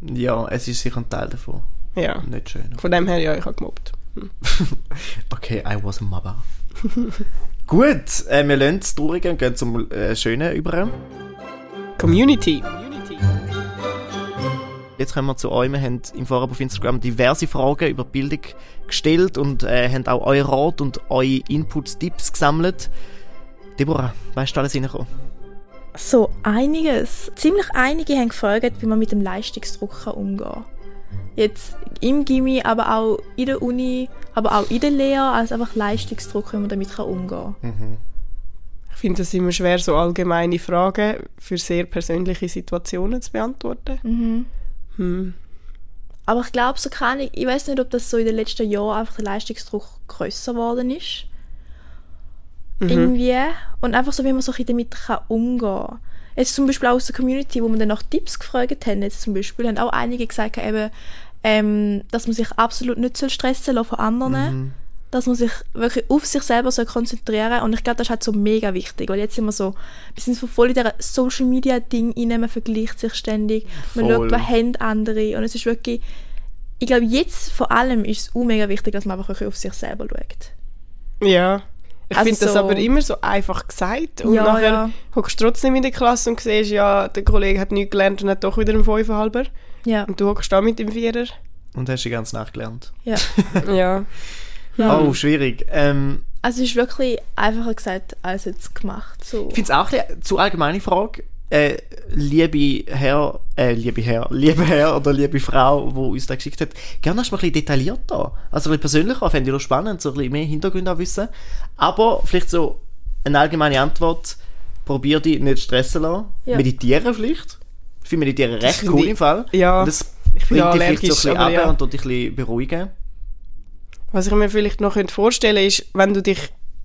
B: Ja, es ist sicher ein Teil davon.
C: Ja.
B: Nicht schön.
C: Von dem her, ja, ich habe gemobbt.
B: Okay, I was a mother. Gut, äh, wir lassen das Traurige und gehen zum äh, Schönen über.
C: Community.
B: Jetzt kommen wir zu euch. Wir haben im Vorab auf Instagram diverse Fragen über Bildung gestellt und äh, haben auch euren Rat und eure Inputs, Tipps gesammelt. Deborah, weißt du alles reinkommen?
A: So, einiges. Ziemlich einige haben gefragt, wie man mit dem Leistungsdruck kann umgehen kann. Jetzt im Gimmi, aber auch in der Uni, aber auch in der Lehre, also einfach Leistungsdruck, wie man damit kann umgehen kann.
C: Ich finde es immer schwer, so allgemeine Fragen für sehr persönliche Situationen zu beantworten.
A: Mhm.
C: Hm.
A: Aber ich glaube, so kann ich, ich weiß nicht, ob das so in den letzten Jahren einfach der Leistungsdruck größer geworden ist. Irgendwie. Und einfach so, wie man so ein bisschen damit kann umgehen kann. Jetzt zum Beispiel auch aus der Community, wo wir dann nach Tipps gefragt haben, jetzt zum Beispiel, haben auch einige gesagt, eben, ähm, dass man sich absolut nicht soll stressen lassen von anderen. dass man sich wirklich auf sich selber soll konzentrieren soll. Und ich glaube, das ist halt so mega wichtig, weil jetzt sind wir so, wir sind so voll in dieser Social-Media-Ding rein, man vergleicht sich ständig, man
B: Voll.
A: schaut, was haben andere und es ist wirklich, ich glaube, jetzt vor allem ist es auch mega wichtig, dass man einfach wirklich auf sich selber schaut.
C: Ja. Ich
A: Also
C: finde das
A: so-
C: aber immer so einfach gesagt. Und
A: Ja, ja.
C: nachher hockst du trotzdem in der Klasse und siehst, ja, der Kollege hat nichts gelernt und hat doch wieder einen Fünferhalber.
A: Ja,
C: Und du hockst da mit dem Vierer.
B: Und hast die ganze Nacht gelernt.
A: ja.
C: ja.
B: Oh, schwierig. Ähm,
A: Also es ist wirklich einfacher gesagt als jetzt gemacht. So.
B: ich finde es auch ein bisschen zu allgemeine Frage. Äh, liebe Herr, äh, liebe Herr, liebe Herr oder liebe Frau, die uns da geschickt hat, gerne hast du mal ein bisschen detaillierter. Also ein bisschen persönlicher, fände ich noch spannend, so ein bisschen mehr Hintergründe auch wissen. Aber vielleicht so eine allgemeine Antwort, probier dich nicht stressen lassen.
A: Ja.
B: Meditieren vielleicht. Ich finde Meditieren recht
C: finde
B: cool
C: ich-
B: im Fall.
C: Ja.
B: Und das
C: Ich bin
B: bringt dich vielleicht so ein
C: allergisch,
B: bisschen
C: aber
B: runter
C: ja.
B: und tut dich ein bisschen beruhigen.
C: Was ich mir vielleicht noch könnte vorstellen ist, wenn du dich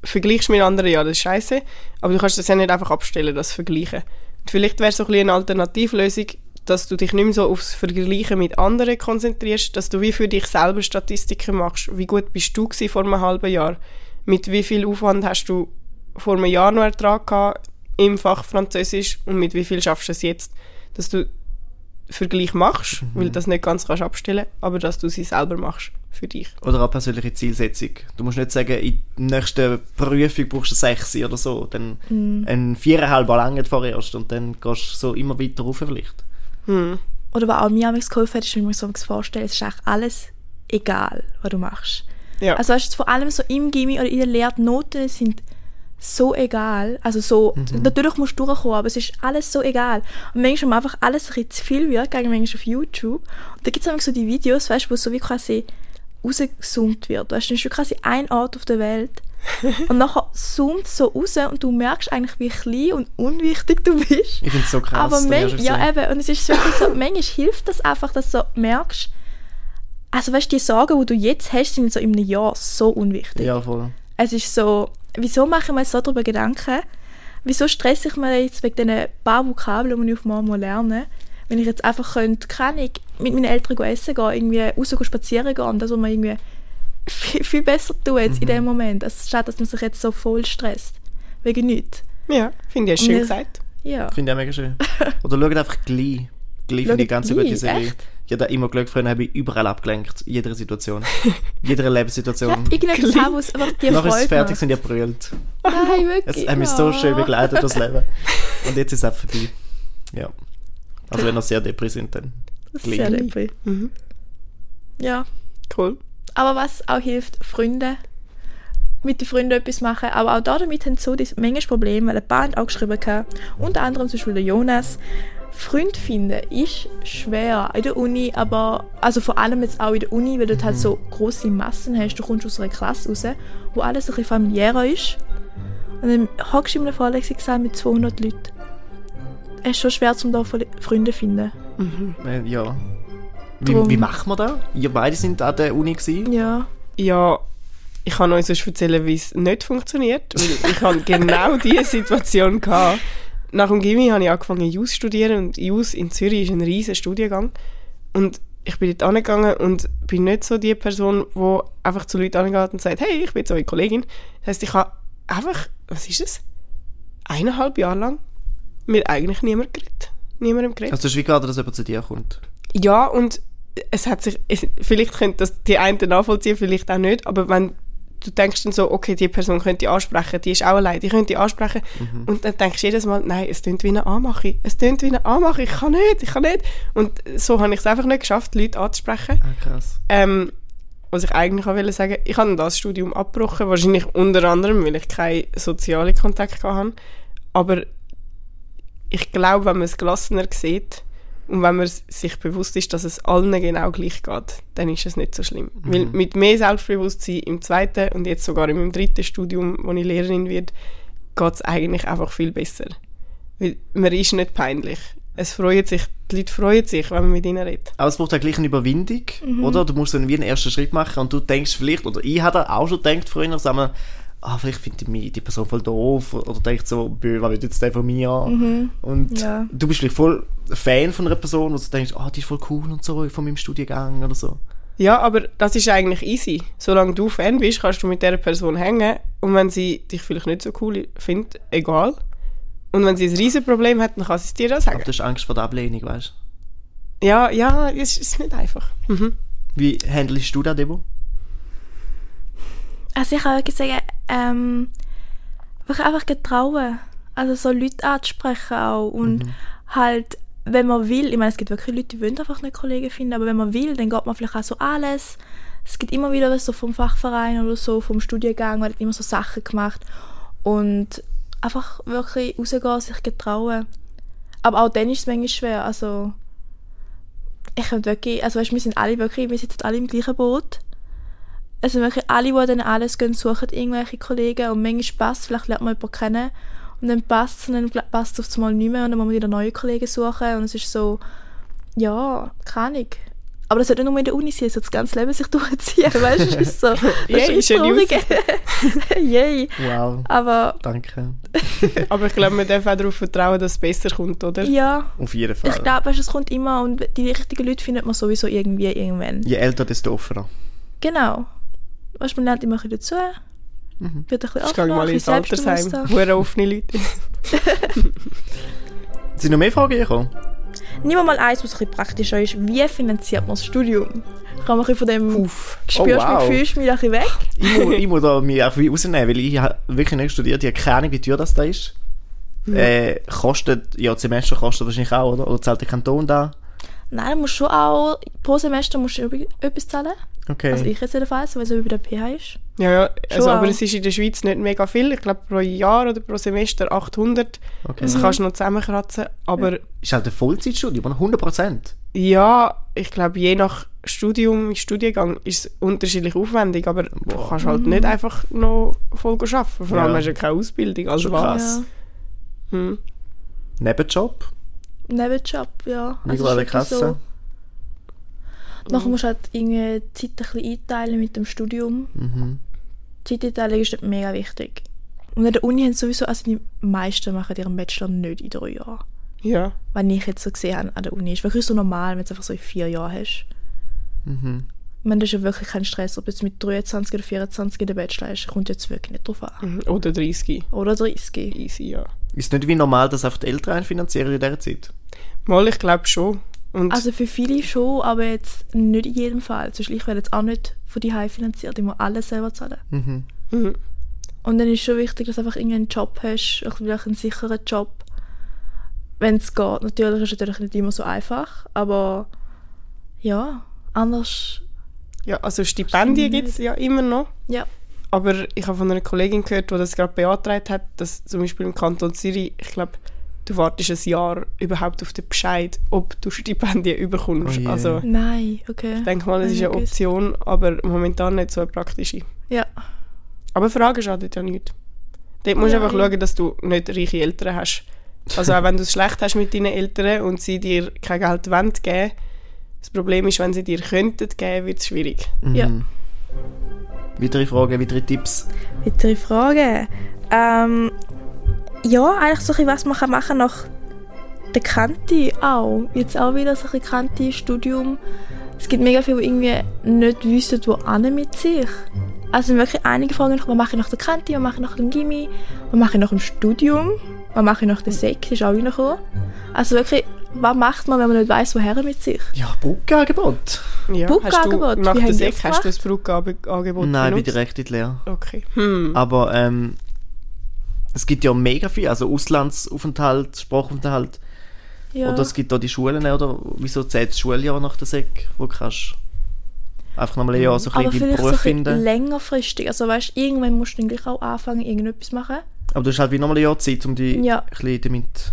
C: vergleichst mit anderen, ja, das ist scheiße, aber du kannst das ja nicht einfach abstellen, das Vergleichen. Und vielleicht wäre so ein bisschen eine Alternativlösung, dass du dich nicht mehr so aufs Vergleichen mit anderen konzentrierst, dass du wie für dich selber Statistiken machst. Wie gut bist du gewesen vor einem halben Jahr? Mit wie viel Aufwand hast du vor einem Jahr noch Ertrag gehabt im Fach Französisch und mit wie viel schaffst du es jetzt? Dass du Vergleich machst, weil du das nicht ganz kannst abstellen, aber dass du sie selber machst für dich.
B: Oder auch persönliche Zielsetzung. Du musst nicht sagen, in der nächsten Prüfung brauchst du 6 oder so. Dann
A: Mhm.
B: ein 4,5 lange vorerst und dann gehst du so immer weiter rauf vielleicht.
A: Oder was auch mir am geholfen hat, ist, wenn ich mir so vorstelle, es ist eigentlich alles egal, was du machst.
C: Ja.
A: Also weißt du, vor allem so im Gimmi oder in der Lehre, die Noten sind so egal. Also so, natürlich musst du durchkommen, aber es ist alles so egal. Und manchmal haben einfach alles ein bisschen zu viel wird, gegen manchmal auf YouTube. Und da gibt es so die Videos, weißt du, wo so wie quasi rausgezoomt wird. Weißt du, dann ist schon quasi ein Ort auf der Welt. und nachher zoomt es so raus und du merkst eigentlich, wie klein und unwichtig du bist.
B: Ich finde es so krass.
A: Aber
B: dann
A: man,
B: hast du
A: ja
B: gesehen.
A: eben, und es ist wirklich so, manchmal hilft das einfach, dass du so merkst, also weißt du, die Sorgen, die du jetzt hast, sind so in einem Jahr so unwichtig.
B: ja, voll.
A: Es ist so, wieso mache ich mir jetzt so darüber Gedanken? Wieso stresse ich mir jetzt wegen diesen paar Vokabeln, die ich auf einmal lernen muss, wenn ich jetzt einfach könnte, keine Ahnung, mit meinen Eltern gehen essen gehen, irgendwie raus gehen spazieren gehen und das, was man irgendwie viel, viel besser tut jetzt
B: Mhm.
A: in dem Moment, als statt, dass man sich jetzt so voll stresst. Wegen nichts.
C: Ja, finde ich, hast du schön
A: Und ich-
C: gesagt.
A: Ja.
B: Finde ich auch mega schön. Oder schaut einfach gleich. Gleich finde ich
A: Schaut
B: ganz eine gute
A: gleich,
B: Serie.
A: echt?
B: Ich habe da immer Glück, früher habe ich überall abgelenkt. in Jeder Situation. in jeder
A: Ja,
B: Lebenssituation.
A: irgendetwas haben, was einfach dir
B: Nachher Ähm, ist es
A: Freude
B: fertig,
A: macht.
B: sind ich brüllt.
A: Nein, wirklich.
B: Es hat mich so
A: ja.
B: schön begleitet, das Leben. Und jetzt ist es auch vorbei. Ja. Also wenn ihr sehr depressiv sind, dann
A: Das ist
B: Gleich.
A: sehr lieb.
C: Mhm.
A: Ja.
C: Cool.
A: Aber was auch hilft, Freunde mit den Freunden etwas machen. Aber auch da damit haben so die Menge Probleme, weil ein paar haben auch geschrieben haben. Unter anderem zum Beispiel der Jonas. Freund finden ist schwer in der Uni, aber also vor allem jetzt auch in der Uni, weil du dort halt so große Massen hast. Du kommst aus einer Klasse raus, wo alles ein bisschen familiärer ist. Und dann hockst du in einem Vorlesungssaal mit 200 Leuten. Es ist schon schwer, um da Freunde zu finden.
B: Äh, Ja. Wie,
A: Drum.
B: wie macht man das? Ihr beide sind an der Uni gewesen.
A: Ja.
C: Ja, ich kann euch sonst erzählen, wie es nicht funktioniert, weil ich habe genau diese Situation gehabt. Nach dem Gimmi habe ich angefangen, Jus zu studieren und Jus in Zürich ist ein riesen Studiengang. Und ich bin dort angegangen und bin nicht so die Person, die einfach zu Leuten angeht und sagt, hey, ich bin jetzt eure Kollegin. Das heisst, ich habe einfach, was ist das? Eineinhalb Jahre lang mit eigentlich niemandem geredet. Niemandem geredet.
B: Also es ist wie gerade, dass jemand zu dir kommt.
C: Ja, und es hat sich, vielleicht können das die einen nachvollziehen, vielleicht auch nicht, aber wenn du denkst dann so, okay, die Person könnte ich ansprechen, die ist auch allein, die könnte ich ansprechen und dann denkst du jedes Mal, nein, es tönt wie eine Anmache, es tönt wie eine Anmache, ich kann nicht, ich kann nicht und so habe ich es einfach nicht geschafft, Leute anzusprechen.
B: Ah, krass.
C: Ähm, was ich eigentlich auch wollte sagen, ich habe das Studium abgebrochen, wahrscheinlich unter anderem, weil ich keinen sozialen Kontakt hatte. Aber ich glaube, wenn man es gelassener sieht und wenn man es sich bewusst ist, dass es allen genau gleich geht, dann ist es nicht so schlimm. Weil mit mehr Selbstbewusstsein im zweiten und jetzt sogar in meinem dritten Studium, wo ich Lehrerin werde, geht es eigentlich einfach viel besser. Weil man ist nicht peinlich. Es freut sich, die Leute freuen sich, wenn man mit ihnen redet.
B: Aber es braucht ja gleich eine Überwindung,
A: Mhm.
B: oder? Du musst dann wie einen ersten Schritt machen und du denkst vielleicht, oder ich habe auch schon gedacht früher, sagen wir, ah, vielleicht finde ich mich- die Person voll doof oder denkt so, bö, was will jetzt der von mir an? Und
A: Mhm. Ja.
B: du bist vielleicht voll Fan von einer Person, wo du denkst, ah, die ist voll cool und so, von meinem Studiengang oder so.
C: Ja, aber das ist eigentlich easy. Solange du Fan bist, kannst du mit dieser Person hängen. Und wenn sie dich vielleicht nicht so cool findet, egal. Und wenn sie ein riesen Problem hat, dann kann sie es dir auch
B: Aber
C: sagen.
B: du hast Angst vor der Ablehnung, weißt du?
C: Ja, ja, es ist nicht einfach. Mhm.
B: Wie handelst du das, Debo?
A: Also ich kann wirklich sagen, ähm, mich einfach getrauen. Also so Leute anzusprechen auch. Und halt, wenn man will, ich meine, es gibt wirklich Leute, die wollen einfach nicht Kollegen finden, aber wenn man will, dann geht man vielleicht auch so alles. Es gibt immer wieder was so vom Fachverein oder so, vom Studiengang, man hat immer so Sachen gemacht. Und einfach wirklich rausgehen, sich getrauen. Aber auch dann ist es manchmal schwer. Also ich könnte wirklich, also weißt, wir sind alle wirklich, wir sitzen alle im gleichen Boot. Es sind wirklich alle, die dann alles gehen, suchen irgendwelche Kollegen und manchmal passt vielleicht lernt man jemanden kennen und dann passt es und dann passt es auf einmal nicht mehr und dann muss man wieder neue Kollegen suchen und es ist so, ja, keine Ahnung. Aber das sollte nicht nur in der Uni sein, es sollte das ganze Leben sich durchziehen, weißt du, es ist so, das
C: Yay,
A: ist
C: schöne
A: traurig. Yay.
B: Wow,
A: Aber
B: danke.
C: Aber ich glaube, man darf auch darauf vertrauen, dass es besser kommt, oder?
A: ja,
B: Auf jeden Fall.
A: ich glaube, weißt, du, es kommt immer und die richtigen Leute findet man sowieso irgendwie irgendwann.
B: Je älter, desto offener.
A: Genau. Weißt, du, man lernt immer ein bisschen dazu.
B: Mhm.
A: Wird ein bisschen
C: Ich gehe
A: offener,
C: mal
A: ein
C: ins
A: bisschen
C: Altersheim.
A: selbstbewusster.
C: Hure offene Leute.
B: Sind noch mehr Fragen gekommen?
A: Nehmen wir mal eins, was ein bisschen praktischer ist. Wie finanziert man das Studium? Kann man ein bisschen von dem spürst
B: Oh, wow.
A: mich, fühlst mich ein bisschen weg?
B: Ich muss, ich muss da mich einfach wie rausnehmen, weil ich habe wirklich nicht studiert. Ich habe keine Ahnung, wie teuer das da ist.
A: Mhm.
B: Äh, kostet, ja, das Semester kostet wahrscheinlich auch, oder? Oder zahlt der Kanton da?
A: Nein, du musst schon auch, pro Semester musst du üb- etwas zahlen.
B: Okay.
A: Also ich jetzt jedenfalls, weil es über der PH ist.
C: Ja, ja. Also,
A: Schon
C: aber
A: auch.
C: es ist in der Schweiz nicht mega viel. Ich glaube, pro Jahr oder pro Semester 800.
B: Okay.
C: Das kannst du noch zusammenkratzen. Aber
B: ist halt ein Vollzeitstudium, oder? 100%.
C: ja, ich glaube, je nach Studium, Studiengang ist es unterschiedlich aufwendig. Aber du kannst halt nicht einfach noch voll arbeiten. Vor allem
B: Ja.
C: hast du ja keine Ausbildung. Also
B: Schon
C: was?
B: krass. Was?
A: Ja.
C: Hm.
B: Nebenjob?
A: Nebenjob, ja.
B: Nicht
A: es Also ist
B: an der
A: wirklich
B: Kasse?
A: So. Nachher musst du halt irgendwie die Zeit ein bisschen einteilen mit dem Studium. Die Zeiteinteilung ist dort mega wichtig. Und an der Uni haben sowieso, also die meisten machen ihren Bachelor nicht in drei Jahren.
C: Ja.
A: wenn ich jetzt so gesehen habe an der Uni, ist wirklich so normal, wenn du es einfach so in vier Jahren hast. Ich meine, das ist ja wirklich kein Stress, ob du jetzt mit 23 oder 24 in der Bachelor hast, kommt jetzt wirklich nicht drauf an.
C: Mhm. Oder 30.
A: Oder 30.
C: Easy, ja.
B: Ist nicht wie normal, dass einfach die Eltern einen finanzieren in dieser Zeit?
C: Mal, ich glaube schon. Und
A: Also für viele schon, aber jetzt nicht in jedem Fall. Zum Beispiel, ich werde jetzt auch nicht von die finanziert, ich muss alles selber zahlen.
C: Mhm.
A: Und dann ist schon wichtig, dass du einfach irgendeinen Job hast, auch vielleicht einen sicheren Job, wenn es geht. Natürlich ist es natürlich nicht immer so einfach, aber ja, anders,
C: ja, also Stipendien gibt es ja immer noch.
A: ja.
C: Aber ich habe von einer Kollegin gehört, die das gerade beantragt hat, dass zum Beispiel im Kanton Zürich, ich glaube, du wartest ein Jahr überhaupt auf den Bescheid, ob du Stipendien bekommst.
B: Oh je.
C: also ich
A: Nein, okay.
C: denke mal, das ist eine
A: Okay.
C: Option, aber momentan nicht so eine praktische.
A: Ja,
C: Aber Fragen schadet ja nicht. Dort musst du einfach
A: Nein.
C: schauen, dass du nicht reiche Eltern hast. Also auch wenn du es schlecht hast mit deinen Eltern und sie dir kein Geld wollen geben, das Problem ist, wenn sie dir könnten geben, wird es schwierig.
A: ja.
B: Weitere Fragen, weitere Tipps?
A: Weitere Frage. Ähm, ja, eigentlich so ein bisschen, was man kann machen nach der Kante auch. Jetzt auch wieder so ein bisschen Kante, Studium. Es gibt mega viele, die irgendwie nicht wissen, wo ane mit sich. Also wirklich einige fragen, was mache ich nach der Kante, was mache ich nach dem Gimmi, was mache ich nach dem Studium, was mache ich nach der Sek, ist auch reingekommen. Also wirklich, was macht man, wenn man nicht weiß, woher mit sich?
B: Ja, Brückenangebot.
C: Ja, Hast
A: Brückenangebot,
C: du nach
A: wie
C: der
A: haben die
C: Sek
A: das
C: hast du das
A: gemacht?
B: Nein,
C: Brückenangebot
B: ich bin
C: benutzt?
B: direkt in die Lehre.
C: Okay. Hm.
A: Mhm.
B: Aber ähm, es gibt ja mega viel, also Auslandsaufenthalt, Sprachaufenthalt.
A: Ja.
B: Oder es gibt auch die Schulen, oder? Wieso zählt Schuljahr nach der Sek, wo du kannst einfach nochmal ein Jahr so ein
A: Aber
B: bisschen deinen
A: vielleicht so
B: Beruf
A: ein bisschen
B: finden.
A: längerfristig. Also weißt, irgendwann musst du dann gleich auch anfangen, irgendetwas machen.
B: Aber du hast halt wie nochmal ein Jahr Zeit, um dich
A: Ja. Mhm.
B: ein bisschen damit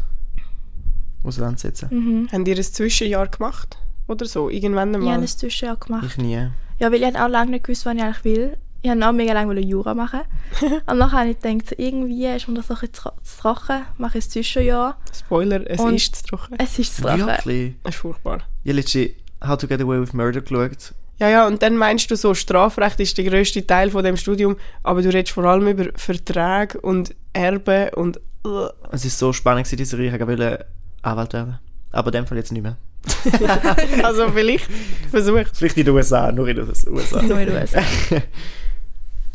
B: auseinanderzusetzen.
C: Habt ihr ein Zwischenjahr gemacht? Oder so? Irgendwann
A: Ich habe
C: einmal?
A: ein Zwischenjahr gemacht.
B: Ich nie.
A: Ja, weil ich habe auch lange nicht gewusst, was ich eigentlich will. Ich wollte auch mega lange wollte Jura machen. Und nachher habe ich gedacht, so, irgendwie ist mir das noch ein bisschen zu- zu trocken. Mache ich ein Zwischenjahr.
C: Spoiler, es
A: Und-
C: ist zu trocken.
A: Es ist zu trocken.
B: Wirklich?
C: Es ist furchtbar.
B: Ich habe letztens How to Get Away with Murder geschaut.
C: Ja, ja, und dann meinst du so, Strafrecht ist der grösste Teil von dem Studium, aber du redest vor allem über Verträge und Erbe und... äh,
B: Es war so spannend, gewesen, diese Serie. Ich wollte Anwalt werden. Aber in dem Fall jetzt nicht mehr.
C: also vielleicht versucht.
B: Vielleicht in den USA, nur in den USA.
A: Nur in den USA.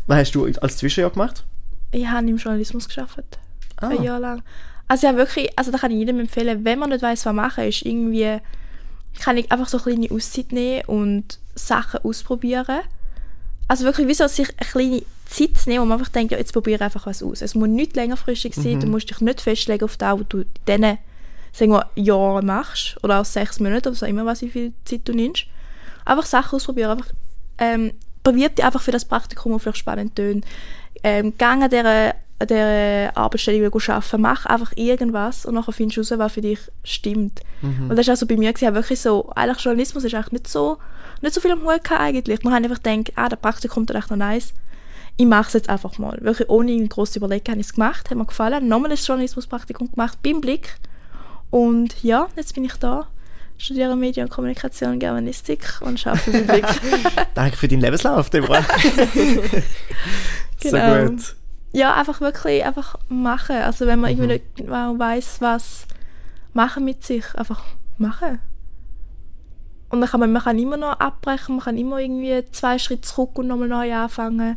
B: Was hast du als Zwischenjahr gemacht?
A: Ich habe im Journalismus geschafft.
B: Ah.
A: Ein Jahr lang. Also ja, wirklich, also da kann ich jedem empfehlen, wenn man nicht weiß, was machen, ist irgendwie, kann ich einfach so eine kleine Auszeit nehmen und Sachen ausprobieren. Also wirklich, wieso sich eine kleine Zeit nehmen, wo man einfach denkt, ja, jetzt probiere einfach was aus. Es muss nicht längerfristig sein, du musst dich nicht festlegen auf das, was du in diesen, sagen wir, Jahren machst oder auch sechs Monate oder so, immer was, wie viel Zeit du nimmst. Einfach Sachen ausprobieren, einfach ähm, probiert die einfach für das Praktikum, das vielleicht spannend tönt. Ähm, geh an dieser, an dieser Arbeitsstelle die du arbeiten mach einfach irgendwas und nachher findest du raus, was für dich stimmt. Und das war also bei mir, gewesen, ich hab wirklich so, eigentlich Journalismus ist eigentlich nicht so, nicht so viel am Hut gehabt eigentlich. Man hat einfach gedacht, ah, das Praktikum ist echt noch nice. Ich mache es jetzt einfach mal. Wirklich ohne groß überlegen habe ich es gemacht, hat mir gefallen. Nochmal ein Journalismuspraktikum gemacht, beim Blick. Und ja, jetzt bin ich da, studiere Medien und Kommunikation, Germanistik und arbeite beim Blick.
B: Danke für deinen Lebenslauf, Deborah.
A: Genau.
B: So gut.
A: ja, einfach wirklich einfach machen. Also wenn man
B: Mhm.
A: irgendwie nicht genau weiss, was machen mit sich, einfach machen. Und dann kann man, man kann immer noch abbrechen, man kann immer irgendwie zwei Schritte zurück und nochmal neu anfangen.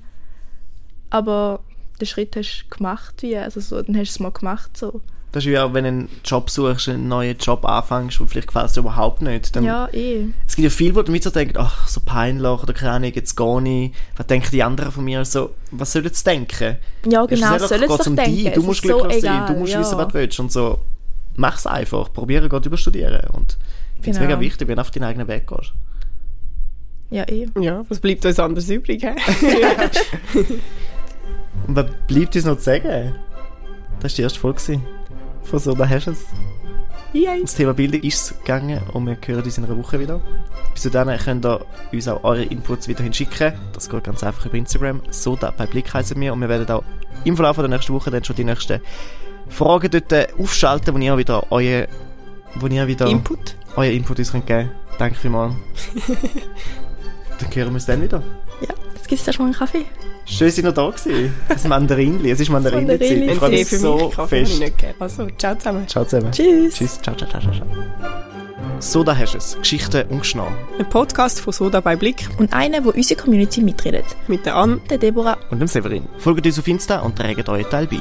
A: Aber den Schritt hast du gemacht, wie, also so, dann hast du es mal gemacht, so.
B: Das ist wie auch, wenn du einen Job suchst, einen neuen Job anfängst und vielleicht gefällt es dir überhaupt nicht. Dann
A: Ja, eh.
B: Es gibt ja viele, die damit so denken, ach, so peinlich oder keine Ahnung, jetzt gehe ich. Was denken die anderen von mir? So, was sollen sie denken?
A: Ja,
B: Ist
A: genau,
B: es
A: soll
B: ehrlich,
A: es
B: geht's
A: doch
B: um
A: denken.
B: dich,
A: Es
B: du
A: ist
B: musst
A: so
B: glücklich sein,
A: egal,
B: du musst
A: ja.
B: wissen, was du willst und so. Mach's einfach, probiere, geh überstudieren und ich finde es
A: Genau.
B: mega wichtig, wenn du auf deinen eigenen Weg gehst.
A: Ja, eh.
C: Ja, was bleibt uns anderes übrig? hä?
B: Und was bleibt uns noch zu sagen? Das war die erste Folge gewesen von «So, da hast du es».
C: Yay.
B: Das Thema Bildung ist es gegangen und wir hören uns in einer Woche wieder. Bis dahin könnt ihr uns auch eure Inputs wieder hinschicken. Das geht ganz einfach über Instagram. So da bei Blick heißen wir und wir werden auch im Verlauf der nächsten Woche dann schon die nächsten Fragen dort äh, aufschalten, wo ihr wieder euer, wo ihr wieder
C: Input.
B: euer Input uns könnt geben könnt. Danke vielmals. dann hören wir uns dann wieder.
A: Ja, jetzt gibt es erstmal einen Kaffee.
B: Schön, dass ihr noch da gewesen. Das Mandarinli. Es ist Mandarinli.
A: Mandarinli.
B: Ich
C: Wenn
B: freue
C: sie
B: mich
C: für
B: so
C: mich Kaffee habe ich
B: fest.
C: nicht gegeben. Also, ciao zusammen.
B: Ciao zusammen.
A: Tschüss.
B: Tschüss. Ciao, ciao, ciao, ciao. ciao. So, da hast du es. Geschichten und Geschnau.
C: Ein Podcast von Soda bei Blick
A: Und einen, wo unsere Community mitredet.
C: mit der Anne
A: Der Deborah
B: und dem Severin. Folgt uns auf Insta und trägt euren Teil bei.